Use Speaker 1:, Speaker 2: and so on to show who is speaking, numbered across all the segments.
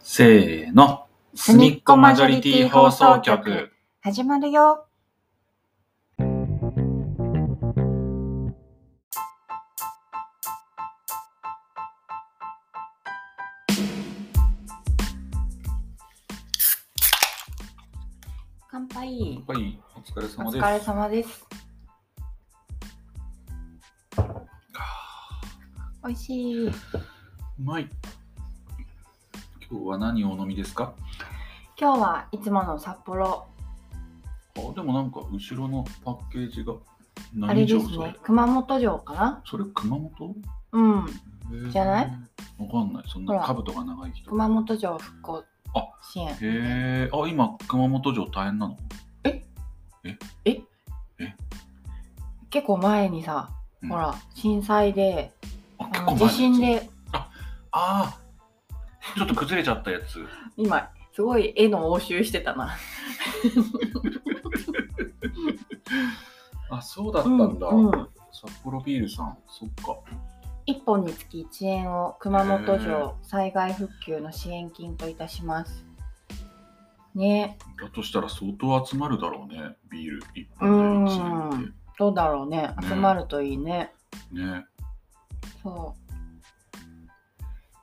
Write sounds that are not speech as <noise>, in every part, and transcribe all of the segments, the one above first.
Speaker 1: せーの。すみっこマジョリティ放送局。
Speaker 2: 始まるよ。乾杯。
Speaker 1: はい、お疲れ
Speaker 2: お
Speaker 1: 様です。
Speaker 2: 疲れ様です。美味しい。
Speaker 1: うまい。今日は何をお飲みですか
Speaker 2: 今日はいつもの札幌、
Speaker 1: あ、でもなんか後ろのパッケージが
Speaker 2: あれ
Speaker 1: 何
Speaker 2: で
Speaker 1: 城
Speaker 2: す
Speaker 1: それ、
Speaker 2: ね。熊本城かな
Speaker 1: それ熊本
Speaker 2: うん。
Speaker 1: へー
Speaker 2: じゃない
Speaker 1: わかんない。そん
Speaker 2: ほ
Speaker 1: な
Speaker 2: ら
Speaker 1: 兜が長い人。
Speaker 2: 熊本城復興
Speaker 1: あ
Speaker 2: 支援。
Speaker 1: へえ。あ、今熊本城大変なの
Speaker 2: 結構前にさ、
Speaker 1: うん
Speaker 2: ほら、震災で、
Speaker 1: あ、
Speaker 2: あ
Speaker 1: 結構前
Speaker 2: の
Speaker 1: のや
Speaker 2: 地
Speaker 1: つ
Speaker 2: 震。で、
Speaker 1: ああ、ちょっと崩れちゃったやつ。
Speaker 2: 今、すごい絵の応酬してたな。
Speaker 1: あ、そうだったんだ。
Speaker 2: うんうん
Speaker 1: 札幌ビールさん、そっか。
Speaker 2: 一本につき1円を熊本
Speaker 1: へー
Speaker 2: 城災害復旧の支援金といたします。ね
Speaker 1: だとしたら相当集まるだろうね、ビール一
Speaker 2: う
Speaker 1: 本で一円
Speaker 2: ん、どうだろうね。
Speaker 1: ね
Speaker 2: 集まるといいね。
Speaker 1: って。ね、
Speaker 2: そ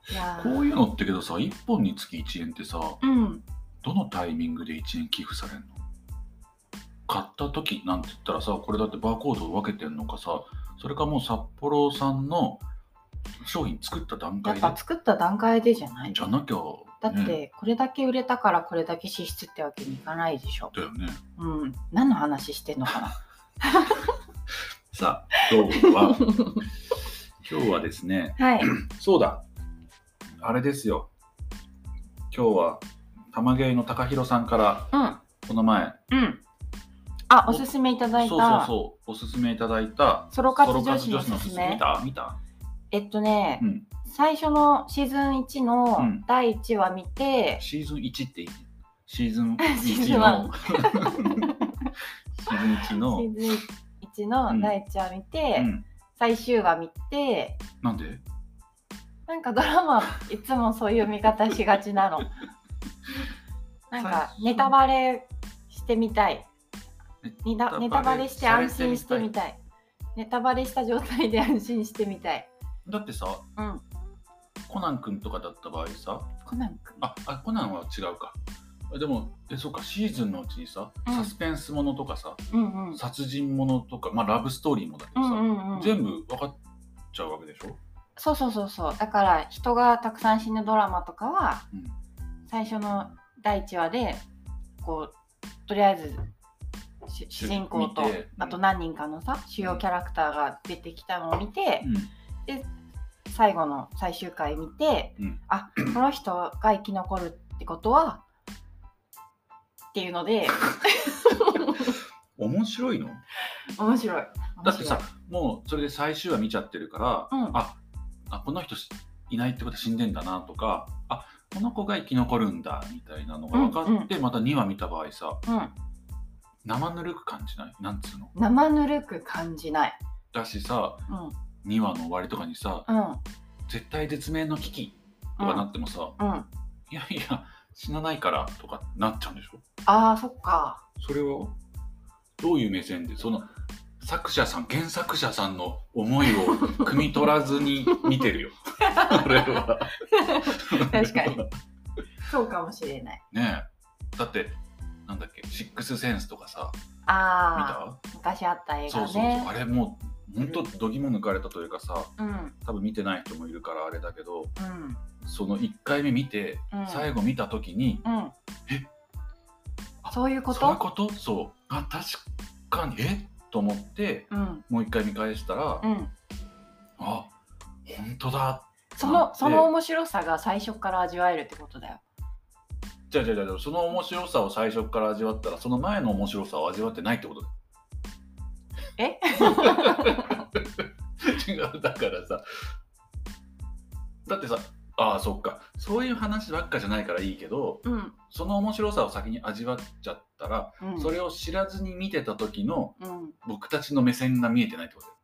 Speaker 2: う。いやー
Speaker 1: こういうのってけどさ、一本につき一円ってさ、
Speaker 2: うん、
Speaker 1: どのタイミングで一円寄付されるの買った時なんて言ったらさ、これだってバーコードを分けてんのかさ、それかもう札幌さんの商品作った段
Speaker 2: や
Speaker 1: 階
Speaker 2: っ
Speaker 1: で
Speaker 2: ぱ作った段階でじゃない
Speaker 1: じゃなきゃ、
Speaker 2: だっ
Speaker 1: ね、
Speaker 2: てこれだけ売れたからこれだけ支出ってわけにいかないでしょ。
Speaker 1: だよね。
Speaker 2: うん、何の話してんのかな
Speaker 1: さあ、 <laughs> 今日は、今日はですね、
Speaker 2: はい。
Speaker 1: そうだ。あれですよ。今日は、玉芸の高弘さんから、
Speaker 2: うん。
Speaker 1: この前、
Speaker 2: うん。あ、おすすめいただいた。
Speaker 1: そうそうそう、おすすめいただいた、
Speaker 2: ソロ活
Speaker 1: ソロ
Speaker 2: 女
Speaker 1: 活
Speaker 2: 子の
Speaker 1: 女
Speaker 2: お
Speaker 1: 子の
Speaker 2: す
Speaker 1: す
Speaker 2: す
Speaker 1: すめ
Speaker 2: め
Speaker 1: 見。た見た
Speaker 2: えっとね、
Speaker 1: うん。
Speaker 2: 最初のシーズン1
Speaker 1: う
Speaker 2: の
Speaker 1: ん
Speaker 2: 第1話見て、
Speaker 1: シーズン1っていいねシーズン
Speaker 2: <laughs> シーズ
Speaker 1: 1
Speaker 2: ンワ
Speaker 1: の、 <laughs> シーズン1の、
Speaker 2: シーズン1の第1話見て、
Speaker 1: うん。
Speaker 2: 最終話見て、
Speaker 1: なんで
Speaker 2: なんかドラマいつもそういう見方しがちな
Speaker 1: <laughs>
Speaker 2: の。なんかネタバレしてみたい。ネタネタバレして安心してみたい。ネタバレした状態で安心してみたい。
Speaker 1: だってさ、
Speaker 2: うん
Speaker 1: コナン君とかだった場合さ、
Speaker 2: コナン君。
Speaker 1: ああコナンは違うか。でも、えそうか、シーズンのうちにさ、
Speaker 2: うん
Speaker 1: サスペンスものとかさ、
Speaker 2: うんうん。
Speaker 1: 殺人ものとか、まあ、ラブストーリーもだけど
Speaker 2: う
Speaker 1: さ、
Speaker 2: んうんうん、
Speaker 1: 全部分かっちゃうわけでしょ、
Speaker 2: そうそうそうそうだから人がたくさん死ぬドラマとかは
Speaker 1: うん
Speaker 2: 最初の第1話でこうとりあえずし主人公と
Speaker 1: 見て
Speaker 2: あと何人かのさ主要キャラクターが出てきたのを見て
Speaker 1: うん
Speaker 2: 最後の最終回見て、
Speaker 1: うん
Speaker 2: あこの人が生き残るってことはっていうので
Speaker 1: 面白いの
Speaker 2: 面白い
Speaker 1: だってさもうそれで最終話見ちゃってるから、
Speaker 2: うん
Speaker 1: ああこの人しいないってことは死んでんだなとかあこの子が生き残るんだみたいなのが分かって、また2話見た場合さ
Speaker 2: 面白い、
Speaker 1: 生ぬるく感じないなんつうの
Speaker 2: うん、生ぬるく感じない、
Speaker 1: だしさ
Speaker 2: うん
Speaker 1: 2話の終わりとかにさ
Speaker 2: うん
Speaker 1: 絶対絶命の危機とかなってもさ、
Speaker 2: うん、あ
Speaker 1: いやいや死なないからとかなっちゃうんでしょ
Speaker 2: あーそっか <laughs>
Speaker 1: それはどういう目線でその作者さん原作者さんの思いを汲み取らずに見て
Speaker 2: <laughs>
Speaker 1: るよあれは <laughs>
Speaker 2: 確かにそうかもしれない。
Speaker 1: ねえだってなんだっけシックスセンスとかさ見
Speaker 2: あ
Speaker 1: た
Speaker 2: あ、昔あった映
Speaker 1: そう
Speaker 2: 画
Speaker 1: そうそう
Speaker 2: ね。
Speaker 1: あれもう本当度肝抜かれたというかさ
Speaker 2: うんう
Speaker 1: 多分見てない人もいるからあれだけど
Speaker 2: ん
Speaker 1: その1回目見て、
Speaker 2: うん
Speaker 1: 最後見た時に
Speaker 2: うん
Speaker 1: え。
Speaker 2: そういうこ
Speaker 1: そういう
Speaker 2: と？
Speaker 1: ことそうあ確かにえと思って
Speaker 2: うん
Speaker 1: もう1回見返したら、
Speaker 2: うん。
Speaker 1: あ本当だ
Speaker 2: そ
Speaker 1: で
Speaker 2: のその面白さが最初から味わえるってことだよ。
Speaker 1: じゃあじゃあじゃあその面白さを最初から味わったらその前の面白さを味わってないってことだよ
Speaker 2: え？
Speaker 1: <laughs> 違うだからさだってさああそっかそういう話ばっかじゃないからいいけど
Speaker 2: うん
Speaker 1: その面白さを先に味わっちゃったら、
Speaker 2: うん。
Speaker 1: それを知らずに見てた時の
Speaker 2: うん。
Speaker 1: 僕たちの目線が見えてないってことだよ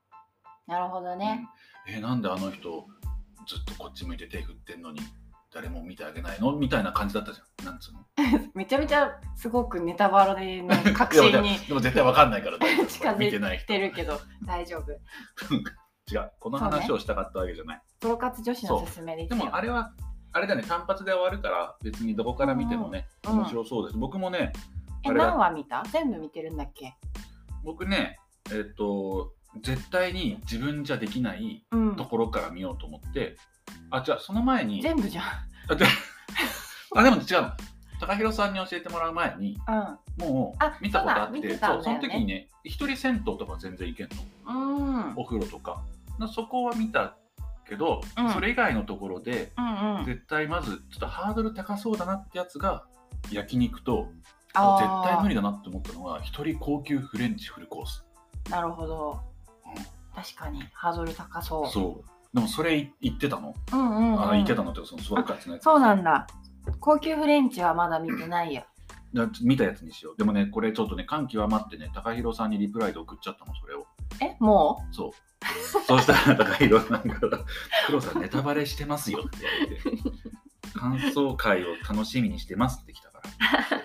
Speaker 2: なるほどね。
Speaker 1: うんえなんであの人ずっとこっち向いて手振ってんのに誰も見てあげないのみたいな感じだったじゃん。なんつうの
Speaker 2: めちゃめちゃすごくネタバレの確
Speaker 1: い
Speaker 2: 信に
Speaker 1: やでも絶対わかんないから大丈夫
Speaker 2: <laughs> 近づい
Speaker 1: 見てない
Speaker 2: 来
Speaker 1: 人
Speaker 2: てるけど大丈夫。
Speaker 1: 違うこの話をしたかったわけじゃない、
Speaker 2: プロ活女子のすすめです
Speaker 1: で
Speaker 2: よ。
Speaker 1: もあれはあれだね単発で終わるから別にどこから見てもね、
Speaker 2: うんうん
Speaker 1: 面白そうです僕もね
Speaker 2: え
Speaker 1: あれだ
Speaker 2: 何話見た？全部見てるんだっけ？
Speaker 1: 僕ねえっ、と絶対に自分じゃできない
Speaker 2: うん
Speaker 1: と。ころから見ようと思って、あじゃあその前に
Speaker 2: 全部じゃん。
Speaker 1: あじゃああでも違うの高 a さんに教えてもらう前に
Speaker 2: うん。
Speaker 1: も
Speaker 2: あ
Speaker 1: う見たことあって
Speaker 2: そうだ見て
Speaker 1: そ
Speaker 2: た
Speaker 1: うんそ
Speaker 2: だよ
Speaker 1: の
Speaker 2: ね
Speaker 1: 時にね一人銭湯とか全然行けんの
Speaker 2: うん。うん
Speaker 1: お風呂とかなそこは見たけど、
Speaker 2: うん
Speaker 1: それ以外のところで
Speaker 2: うん。
Speaker 1: 絶対まずちょっとハードル高そうだなってやつが焼肉と
Speaker 2: あ
Speaker 1: 絶対無理
Speaker 2: 理。
Speaker 1: だなって思ったのが一人高級フレンチフルコース
Speaker 2: なるほど。確かにハードル高そう。
Speaker 1: そうでもそれ言ってたの、
Speaker 2: うんうん、うん。
Speaker 1: あ言ってたのってそのスワロカツのやつ
Speaker 2: そうなんだ。高級フレンチはまだ見てないよ。
Speaker 1: だ見たやつにしようでもねこれちょっとね感極まってね高 a さんにリプライで送っちゃったのそれ
Speaker 2: <laughs>
Speaker 1: を
Speaker 2: え、も
Speaker 1: そうそうしたら高 a さんから「 <laughs> 黒さんネタバレしてますよ」って言われて感想会を楽しみにしてますって来たから
Speaker 2: う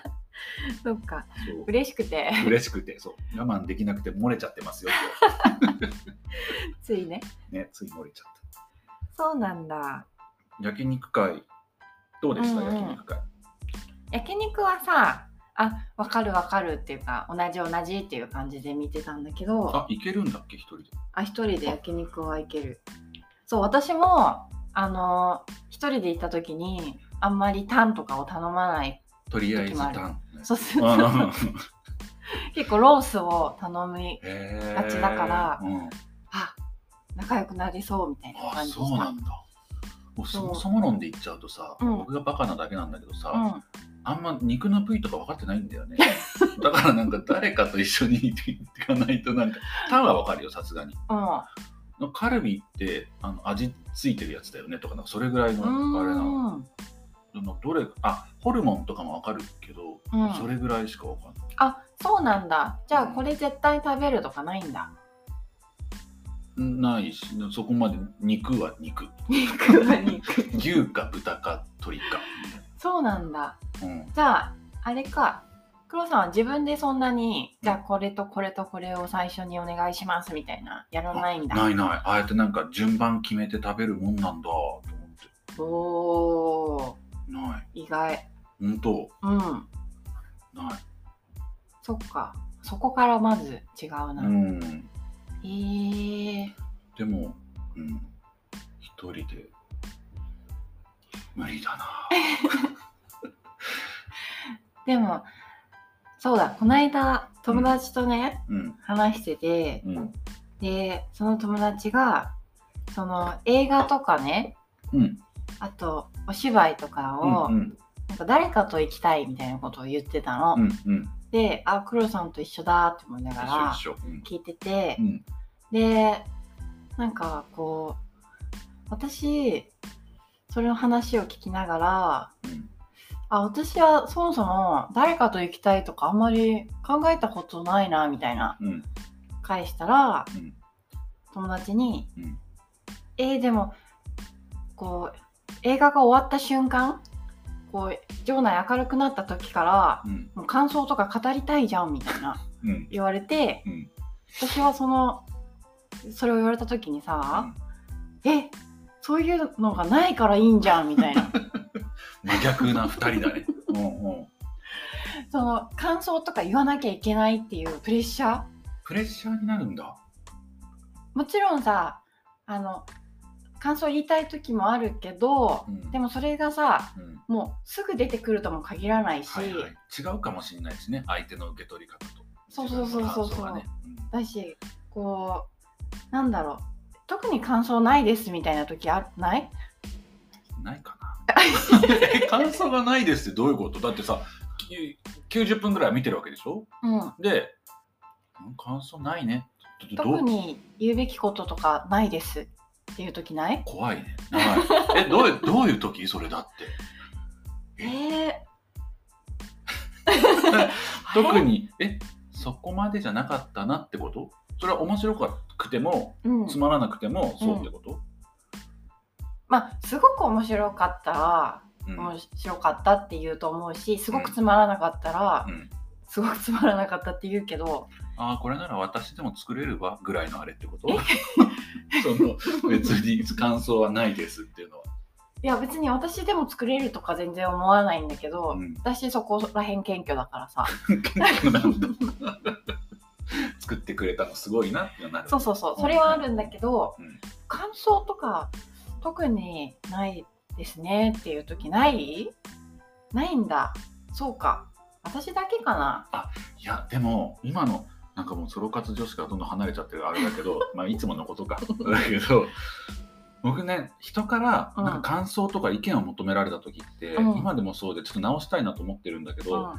Speaker 2: <laughs> そっか。
Speaker 1: そう
Speaker 2: 嬉しくて、 <laughs>
Speaker 1: 嬉しくてそう我慢できなくて漏れちゃってますよ
Speaker 2: ついね。
Speaker 1: ってねつい漏れちゃっ
Speaker 2: そうなん
Speaker 1: た
Speaker 2: だ。
Speaker 1: 焼肉会どうでした、
Speaker 2: うんうん
Speaker 1: 焼肉会
Speaker 2: 焼肉はさ、あ、わかるわかるっていうか、同じ同じっていう感じで見てたんだけど、
Speaker 1: あ行けるんだっけ一人で
Speaker 2: あ、一人で焼肉はいける。そう、私も、あの、一人で行った時に、あんまりタンとかを頼まない。
Speaker 1: とりあえず
Speaker 2: 時も
Speaker 1: タ
Speaker 2: あ
Speaker 1: ン
Speaker 2: る
Speaker 1: ね
Speaker 2: そうする
Speaker 1: うんうんう
Speaker 2: と、
Speaker 1: ん
Speaker 2: <laughs> 結構ロースを頼み、
Speaker 1: へー
Speaker 2: ガチだから
Speaker 1: うん、
Speaker 2: あ、仲良くなりそうみたいな
Speaker 1: あ
Speaker 2: 感じ
Speaker 1: そう
Speaker 2: し
Speaker 1: な
Speaker 2: た。
Speaker 1: んだもうそ
Speaker 2: そう
Speaker 1: もそも論で言っちゃうとさ、
Speaker 2: うん
Speaker 1: 僕がバカなだけなんだけどさ、
Speaker 2: うん。
Speaker 1: あんま肉の部位とか分かってないんだよ
Speaker 2: <laughs>
Speaker 1: ねだからなんか誰かと一緒に行っていかないとなんかタンは分かるよさすがに
Speaker 2: う
Speaker 1: カルビってあの味ついてるやつだよねとかなんかそれぐらいのあれなの
Speaker 2: ん。
Speaker 1: でもどれあホルモンとかも分かるけど、
Speaker 2: うん
Speaker 1: それぐらいしか分かんない
Speaker 2: あ、そうなんだ。じゃあ
Speaker 1: うん
Speaker 2: これ絶対食べるとかないんだ。
Speaker 1: ないしそこまで肉は肉
Speaker 2: 肉は肉。
Speaker 1: 牛か豚か鶏か、
Speaker 2: <laughs> そうなんだ。
Speaker 1: うん、
Speaker 2: じゃああれか。黒さんは自分でそんなに、じゃあこれとこれとこれを最初にお願いしますみたいな、やらないんだ。
Speaker 1: ないないああやってなんか順番決めて食べるもんなんだと思って
Speaker 2: おー、
Speaker 1: ない
Speaker 2: 意外。
Speaker 1: 本当
Speaker 2: うん。
Speaker 1: ない
Speaker 2: そっか。そこからまず違うな。
Speaker 1: うん
Speaker 2: えー、
Speaker 1: でも、うん、一人で無理だな。
Speaker 2: でも、そうだ、この間友達とね、
Speaker 1: うん、
Speaker 2: 話してて、
Speaker 1: うん、
Speaker 2: でその友達がその映画とかね
Speaker 1: うん、
Speaker 2: あとお芝居とか
Speaker 1: う
Speaker 2: を、
Speaker 1: ん、
Speaker 2: なんか誰かと行きたいみたいなことを言ってたの、
Speaker 1: うん、うん、
Speaker 2: であ黒さんと一緒だって思いながら
Speaker 1: 一緒一緒。うん
Speaker 2: 聞いてて
Speaker 1: う、ん、
Speaker 2: でなんかこう私それの話を聞きながら
Speaker 1: うん、
Speaker 2: あ私はそもそも誰かと行きたいとかあんまり考えたことないなみたいな
Speaker 1: うん、
Speaker 2: 返したら、
Speaker 1: うん
Speaker 2: 友達に「
Speaker 1: うん
Speaker 2: えーでもこう映画が終わった瞬間こう場内明るくなった時から
Speaker 1: うん、
Speaker 2: もう感想とか語りたいじゃん」みた
Speaker 1: <laughs>
Speaker 2: いな
Speaker 1: うん、
Speaker 2: 言われて
Speaker 1: うん、
Speaker 2: 私はそのそれを言われた時にさ「えそういうのがないからいいんじゃん」みた
Speaker 1: <laughs>
Speaker 2: いな
Speaker 1: 真逆な二人だね。 <laughs> うん、うん。
Speaker 2: その感想とか言わなきゃいけないっていうプレッシャー
Speaker 1: プレッシャーになるんだ。
Speaker 2: もちろんさあの感想言いたい時もあるけど
Speaker 1: うん、
Speaker 2: で
Speaker 1: も、
Speaker 2: もそれがさ
Speaker 1: うん、
Speaker 2: もうすぐ出てくるとも限らないし、
Speaker 1: はい、はい、違うかもしれないですね。相手の受け取り方と。
Speaker 2: そうそうそうそ
Speaker 1: 自分
Speaker 2: う
Speaker 1: の感想がね
Speaker 2: だしこうなんだろう特に感想ないですみたいな時あない
Speaker 1: うんないかな。
Speaker 2: <laughs>
Speaker 1: え感想がないですってどういうことだってさ、き90分ぐらい見てるわけでしょ
Speaker 2: うん
Speaker 1: で、うん感想ないね。ちょっとどう
Speaker 2: 特に言うべきこととかないですっていう時ない
Speaker 1: 怖いね。はい。え、どういう、どういう時それだって。
Speaker 2: <laughs> えー、
Speaker 1: 特に、え、そこまでじゃなかったなってことそれは面白くても、
Speaker 2: うん
Speaker 1: つまらなくても、そうってこと、
Speaker 2: まあすごく面白かったら
Speaker 1: うん
Speaker 2: 面白かったって言うと思うしすごくつまらなかったら、
Speaker 1: うん
Speaker 2: すごくつまらなかったって言うけど
Speaker 1: ああこれなら私でも作れるわぐらいのあれってこと <laughs> その別に感想はないですっていうのは。
Speaker 2: いや別に私でも作れるとか全然思わないんだけど、
Speaker 1: うん
Speaker 2: 私そこら辺謙虚だからさ
Speaker 1: 作ってくれたのすごいなってなる。
Speaker 2: そうそうそうそれはあるんだけど、
Speaker 1: うん
Speaker 2: 感想とか特にないですねっていう時ないないんだそうか私だけかない
Speaker 1: やでも今のなんかもうソロ活女子からどんどん離れちゃってるあれだけどまあいつものこと
Speaker 2: <laughs>
Speaker 1: かだけど僕ね人から
Speaker 2: うん
Speaker 1: なんか感想とか意見を求められた時って、
Speaker 2: うん
Speaker 1: 今でもそうでちょっと直したいなと思ってるんだけ
Speaker 2: う
Speaker 1: ど、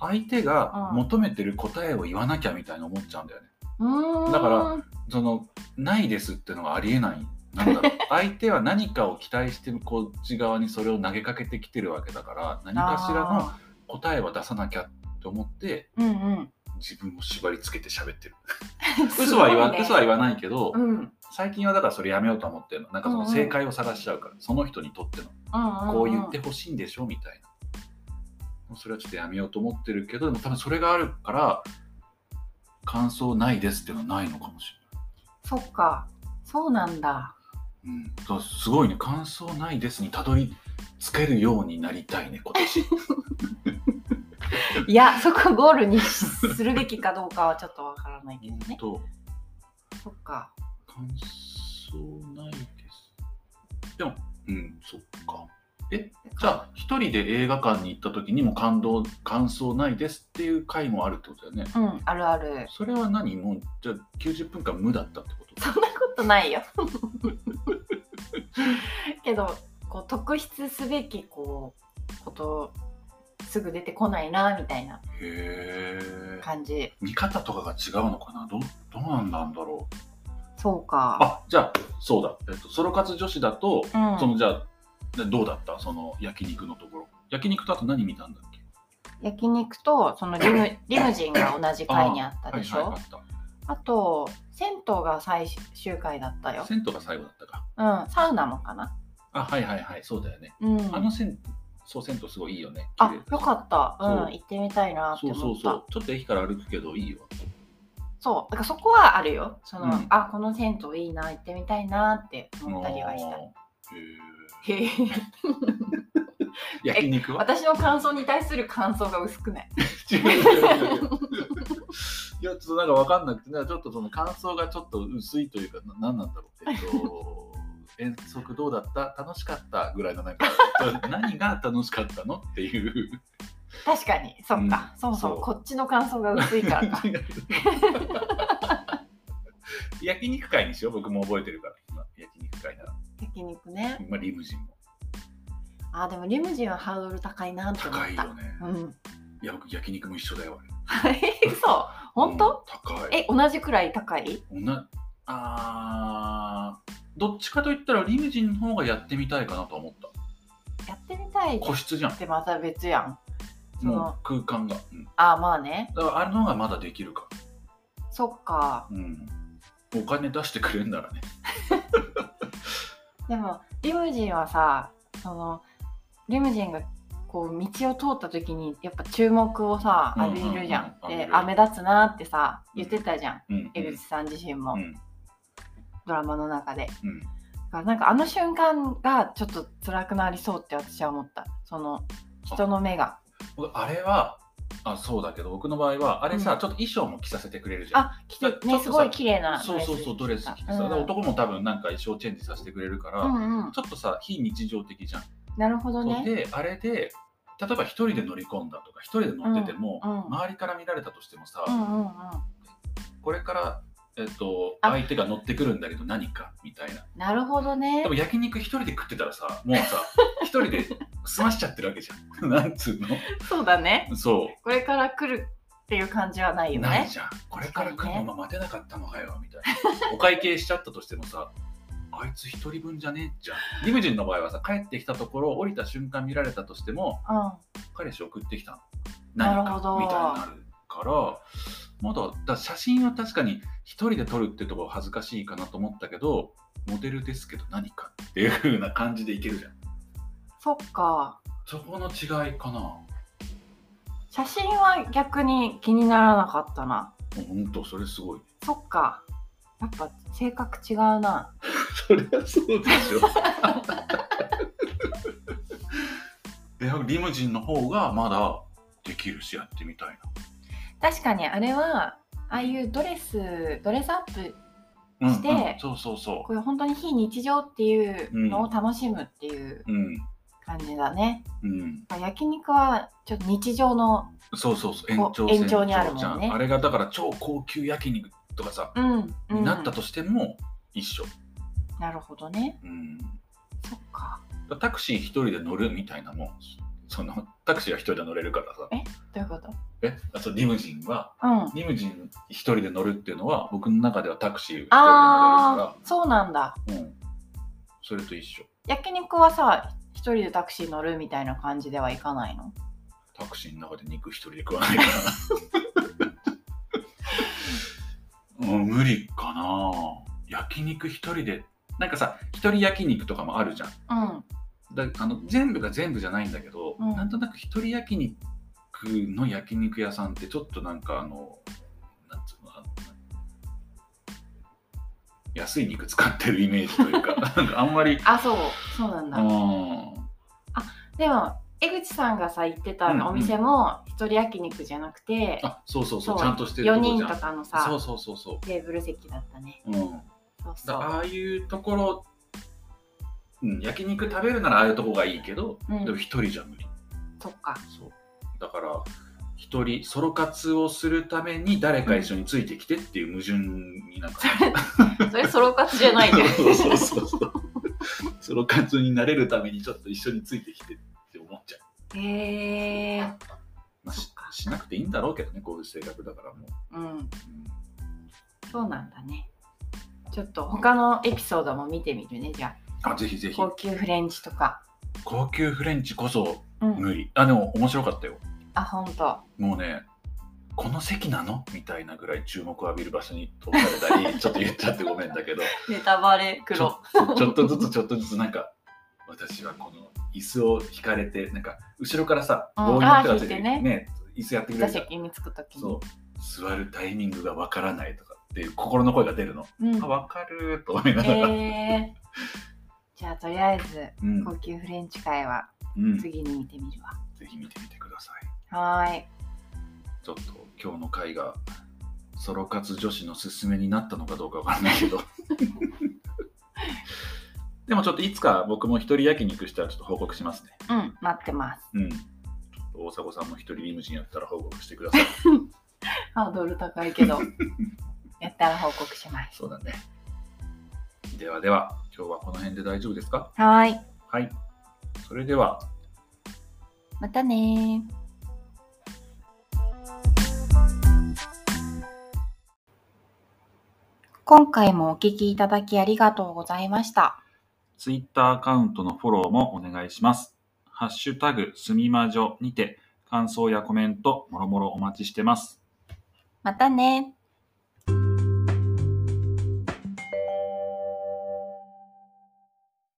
Speaker 1: 相手が
Speaker 2: うん
Speaker 1: 求めてる答えを言わなきゃみたいに思っちゃうんだよね。
Speaker 2: んうーん
Speaker 1: だからそのないですってのはありえない。なん
Speaker 2: <laughs>
Speaker 1: だろう相手は何かを期待してこっち側にそれを投げかけてきてるわけだから何かしらの
Speaker 2: あ
Speaker 1: 答えは出さなきゃって思って
Speaker 2: ーうん
Speaker 1: 自分を縛りつけて喋ってる。
Speaker 2: うん
Speaker 1: 嘘は言わ、
Speaker 2: <laughs> すごいね
Speaker 1: 嘘は言わないけど、
Speaker 2: うんうんうん
Speaker 1: 最近はだからそれやめようと思ってるのなんかその正解を探しちゃうから、その人にとっての
Speaker 2: うん
Speaker 1: こう言ってほしいんでしょみたいな、もうそれはちょっとやめようと思ってるけどでも多分それがあるから感想ないですっていうのはないのかもし
Speaker 2: そっかそうなんだ
Speaker 1: れない、うん、だからすごいね感想ないですにたどり着けるようになりたい
Speaker 2: <laughs>
Speaker 1: ね今年
Speaker 2: いやそこゴールにしするべきかどうかはちょっとわからないけど
Speaker 1: 本
Speaker 2: ね
Speaker 1: 当
Speaker 2: そっか
Speaker 1: 感想ないですでもうんそっかえじゃあ一人で映画館に行った時にも感動感想ないですっていう回もあるってことだよね
Speaker 2: うんあるある
Speaker 1: それは何もうじゃあ90分間無だったってこと
Speaker 2: そんなことないよけどこう特筆すべきこうことすぐ出てこないなみたいな
Speaker 1: へえ
Speaker 2: 感じ
Speaker 1: 見方とかが違うのかなどうどうなんだろう
Speaker 2: そうか
Speaker 1: あじゃあそうだ、えっと、ソロ活女子だと、
Speaker 2: うん
Speaker 1: そのじゃあどうだったその焼肉のところ焼肉とあと何見たんだっけ
Speaker 2: 焼肉とそのリムリムジンが同じ階にあったでしょ、
Speaker 1: はいはいあっ
Speaker 2: あと銭湯が最終回だった
Speaker 1: た
Speaker 2: よ、
Speaker 1: 銭湯が最後だったか
Speaker 2: うん、サウナもかな、
Speaker 1: あはいはいはいそうだよね、
Speaker 2: うん、
Speaker 1: あの銭そう銭湯すごいいいよね
Speaker 2: あ
Speaker 1: 綺麗だし
Speaker 2: よかった、うん
Speaker 1: そう、
Speaker 2: 行ってみたいなっ
Speaker 1: そ
Speaker 2: て
Speaker 1: う
Speaker 2: 思った。
Speaker 1: そうそうちょっと駅から歩くけどいいよ
Speaker 2: そうだからそこはあるよ。その、
Speaker 1: うん
Speaker 2: あこの銭湯いいな行ってみたいなって思ったりはし
Speaker 1: あー
Speaker 2: た。
Speaker 1: へ
Speaker 2: へえ
Speaker 1: え焼肉は
Speaker 2: 私の感想に対する感想が薄くない。
Speaker 1: <laughs> 違う違う違ういやちょっとなんか分かんなくてなんかちょっとその感想がちょっと薄いというかな何なんだろうって、えっ <laughs> と、遠足どうだった楽しかったぐらいのなんか <laughs> 何が楽しかったのっていう <laughs>
Speaker 2: 確かに、そっか、
Speaker 1: うん
Speaker 2: そもそ
Speaker 1: そ
Speaker 2: も
Speaker 1: う
Speaker 2: こっちの感想が薄いから
Speaker 1: <laughs>
Speaker 2: か。
Speaker 1: 焼肉会にしよう僕も覚えてるから今焼肉会なら、
Speaker 2: 焼肉ね。
Speaker 1: まあ、リムジンも
Speaker 2: あでもリムジンはハードル高いなって思
Speaker 1: 高
Speaker 2: った。
Speaker 1: いよね
Speaker 2: うん。 <laughs>
Speaker 1: いや僕焼肉も一緒だよあれ
Speaker 2: はい、そう。本当？
Speaker 1: うん高い
Speaker 2: え同じくらい高い？
Speaker 1: おなあーどっちかといったらリムジンの方がやってみたいかなと思った
Speaker 2: やってみたいっ
Speaker 1: 個室じゃん
Speaker 2: てまた別やん。その
Speaker 1: もう空間が、うん、だ
Speaker 2: あまあね。
Speaker 1: からあれの方がまだできるか、
Speaker 2: そっか。
Speaker 1: うん、お金出してくれるならね
Speaker 2: でもリムジンはさそのリムジンがこう道を通った時にやっぱ注目をさ
Speaker 1: うんうん
Speaker 2: 浴
Speaker 1: うん
Speaker 2: びるじゃん。
Speaker 1: 浴び
Speaker 2: で
Speaker 1: る
Speaker 2: あ目立つなってさ言ってたじゃん、
Speaker 1: うん
Speaker 2: 江口さん自身も、
Speaker 1: うん
Speaker 2: ドラマの中で。
Speaker 1: うん
Speaker 2: だからなんかあの瞬間がちょっと辛くなりそうって私は思ったその人の目が。
Speaker 1: 僕あれはあそうだけど僕の場合はあれさ、
Speaker 2: うん
Speaker 1: ちょっと衣装も着させてくれるじゃん
Speaker 2: あ来
Speaker 1: ち
Speaker 2: て
Speaker 1: ょっと
Speaker 2: ね
Speaker 1: さ
Speaker 2: すごい綺麗な
Speaker 1: そうそうそうドレス着てさ、で
Speaker 2: うん
Speaker 1: 男も多分なんか衣装チェンジさせてくれるから、
Speaker 2: うんうん
Speaker 1: ちょっとさ非日常的じゃん
Speaker 2: なるほど
Speaker 1: そう
Speaker 2: ね。
Speaker 1: であれで例えば一人で乗り込んだとか一人で乗ってても、
Speaker 2: うんうん
Speaker 1: 周りから見られたとしてもさ、
Speaker 2: うんうんうん、
Speaker 1: これから、えっと、
Speaker 2: あ
Speaker 1: 相手が乗ってくるんだけど何かみたいな
Speaker 2: なるほどね
Speaker 1: でも。焼肉一人で食ってたらさもう
Speaker 2: <laughs>
Speaker 1: さ一人で済ましちゃってるわけじゃん <laughs> なんつう
Speaker 2: そうだね。
Speaker 1: のそ
Speaker 2: これから来るっていう感じはないうよね。
Speaker 1: ないじゃんこれから来るのが待てなかったのかよみたいなお会計しちゃったとしてもさあいつ一人分じゃねえじゃんリムジンの場合はさ帰ってきたところ降りた瞬間見られたとしても
Speaker 2: うん
Speaker 1: 彼氏送ってきたの
Speaker 2: な
Speaker 1: 何
Speaker 2: る
Speaker 1: か
Speaker 2: ほど
Speaker 1: みたいになるからまだだ写真は確かに一人で撮るってとこは恥ずかしいかなと思ったけどモデルですけど何かっていう風な感じでいけるじゃん
Speaker 2: そっか
Speaker 1: そこの違いかな
Speaker 2: 写真は逆に気にならなかったな
Speaker 1: ほんとそれすごい
Speaker 2: そっかやっぱ性格違うな
Speaker 1: <laughs> そりゃそうでしょ <laughs> でリムジンの方がまだできるしやってみたいな
Speaker 2: 確かにあれはああいうドレスドレスアップ
Speaker 1: うん
Speaker 2: して
Speaker 1: うんそうそうそ
Speaker 2: こういう本当に非日常っていうのを楽しむっていう
Speaker 1: ううん
Speaker 2: 感じだね、
Speaker 1: うん
Speaker 2: 焼肉はちょっと日常の
Speaker 1: そうそうそう
Speaker 2: こ
Speaker 1: 延長
Speaker 2: う延長にあるもんね
Speaker 1: じゃあれがだから超高級焼肉とかさ、
Speaker 2: うん、うん
Speaker 1: になったとしても一緒、
Speaker 2: なるほどね
Speaker 1: うん、
Speaker 2: そっか
Speaker 1: タクシー一人で乗るみたいなもんそのタクシーは一人で乗れるからさ
Speaker 2: どういうこと
Speaker 1: えあそうリムジンは
Speaker 2: うん
Speaker 1: リムジン一人で乗るっていうのは僕の中ではタクシー一人で乗れる
Speaker 2: ああそうなんだ
Speaker 1: から、うん、それと一緒
Speaker 2: 焼肉はさ一人でタクシー乗るみたいな感じではいかないの
Speaker 1: タクシーの中で肉一人で食わないから <laughs> うん無理かな焼肉一人でなんかさ一人焼肉とかもあるじゃん
Speaker 2: うん
Speaker 1: だあの全部が全部じゃないんだけど、
Speaker 2: うん
Speaker 1: なんとなく一人焼肉の焼肉屋さんってちょっとなんかあのなんつうのあの安い肉使ってるイメージという
Speaker 2: <laughs>
Speaker 1: かなんかあんまり
Speaker 2: あそうそうなんだ、
Speaker 1: うん
Speaker 2: でも江口さんがさ行ってた
Speaker 1: うんうん
Speaker 2: お店も一人焼肉じゃなくて、
Speaker 1: あそうそうそう
Speaker 2: そ
Speaker 1: ち
Speaker 2: う
Speaker 1: ゃんとしてる
Speaker 2: 4
Speaker 1: とこじ
Speaker 2: 人
Speaker 1: ゃん
Speaker 2: とかの
Speaker 1: そ
Speaker 2: さ
Speaker 1: うそうそうそ
Speaker 2: テーブル席だったね
Speaker 1: ううん
Speaker 2: そうそ
Speaker 1: だ
Speaker 2: う
Speaker 1: ああいうところ、うん、焼肉食べるならああいうとこがいいけど、
Speaker 2: うん
Speaker 1: でも一人じゃ無理
Speaker 2: そっか
Speaker 1: そうだから一人ソロ活をするために誰か一緒についてきてっていう矛盾になんか
Speaker 2: それそれソロ活じ
Speaker 1: <laughs>
Speaker 2: ゃないで
Speaker 1: そうそうそうソロ活になれるためにちょっと一緒についてきてって思っちゃう、
Speaker 2: へえ
Speaker 1: まあ、
Speaker 2: そ
Speaker 1: し
Speaker 2: っか
Speaker 1: しなくていいんだろうけどねこういう性格だからもう、
Speaker 2: うん
Speaker 1: うん
Speaker 2: そうなんだねちょっと他のエピソードも見てみるねじゃ
Speaker 1: あぜひぜ
Speaker 2: あ
Speaker 1: ひ
Speaker 2: 高級フレンチとか
Speaker 1: 高級フレンチこそ
Speaker 2: うん
Speaker 1: 無理、あでも面白かったよ
Speaker 2: あ本当
Speaker 1: もうね、この席なのみたいなぐらい注目を浴びる場所に通されたり、ちょっと言っちゃってごめんだけど、
Speaker 2: ネタバレ
Speaker 1: ちょ
Speaker 2: 黒
Speaker 1: ちょっとずつちょっとずつなんか、私はこの椅子を引かれて、なんか後ろからさ、
Speaker 2: うん
Speaker 1: 棒に手をつけて
Speaker 2: あー引いてね
Speaker 1: ね椅子やってくれ
Speaker 2: 座
Speaker 1: るじゃん
Speaker 2: 席に着くときに
Speaker 1: そう、座るタイミングがわからないとかっていう心の声が出るの。
Speaker 2: うん
Speaker 1: あ、わかるーと思いながら。
Speaker 2: えー、じゃあとりあえず
Speaker 1: うん
Speaker 2: 高級フレンチ会は
Speaker 1: うん、ぜ
Speaker 2: 次に見てみるわ、
Speaker 1: ひ見てみてください。
Speaker 2: はーい
Speaker 1: ちょっと今日の回がソロ活女子のすすめになったのかどうかわからないけ
Speaker 2: <laughs>
Speaker 1: どでもちょっといつか僕も一人焼肉したらちょっと報告しますね
Speaker 2: うん待ってます
Speaker 1: うんちょっと大迫さんも一人リムジンやったら報告してください
Speaker 2: ハードル高いけど <laughs> やったら報告します
Speaker 1: そうだねではでは今日はこの辺で大丈夫ですか
Speaker 2: はーい
Speaker 1: はいそれでは
Speaker 2: またねー今回もお聞きいただきありがとうございました。
Speaker 1: ツイッターアカウントのフォローもお願いします。ハッシュタグすみまじょにて感想やコメントもろもろお待ちしてます。
Speaker 2: またねー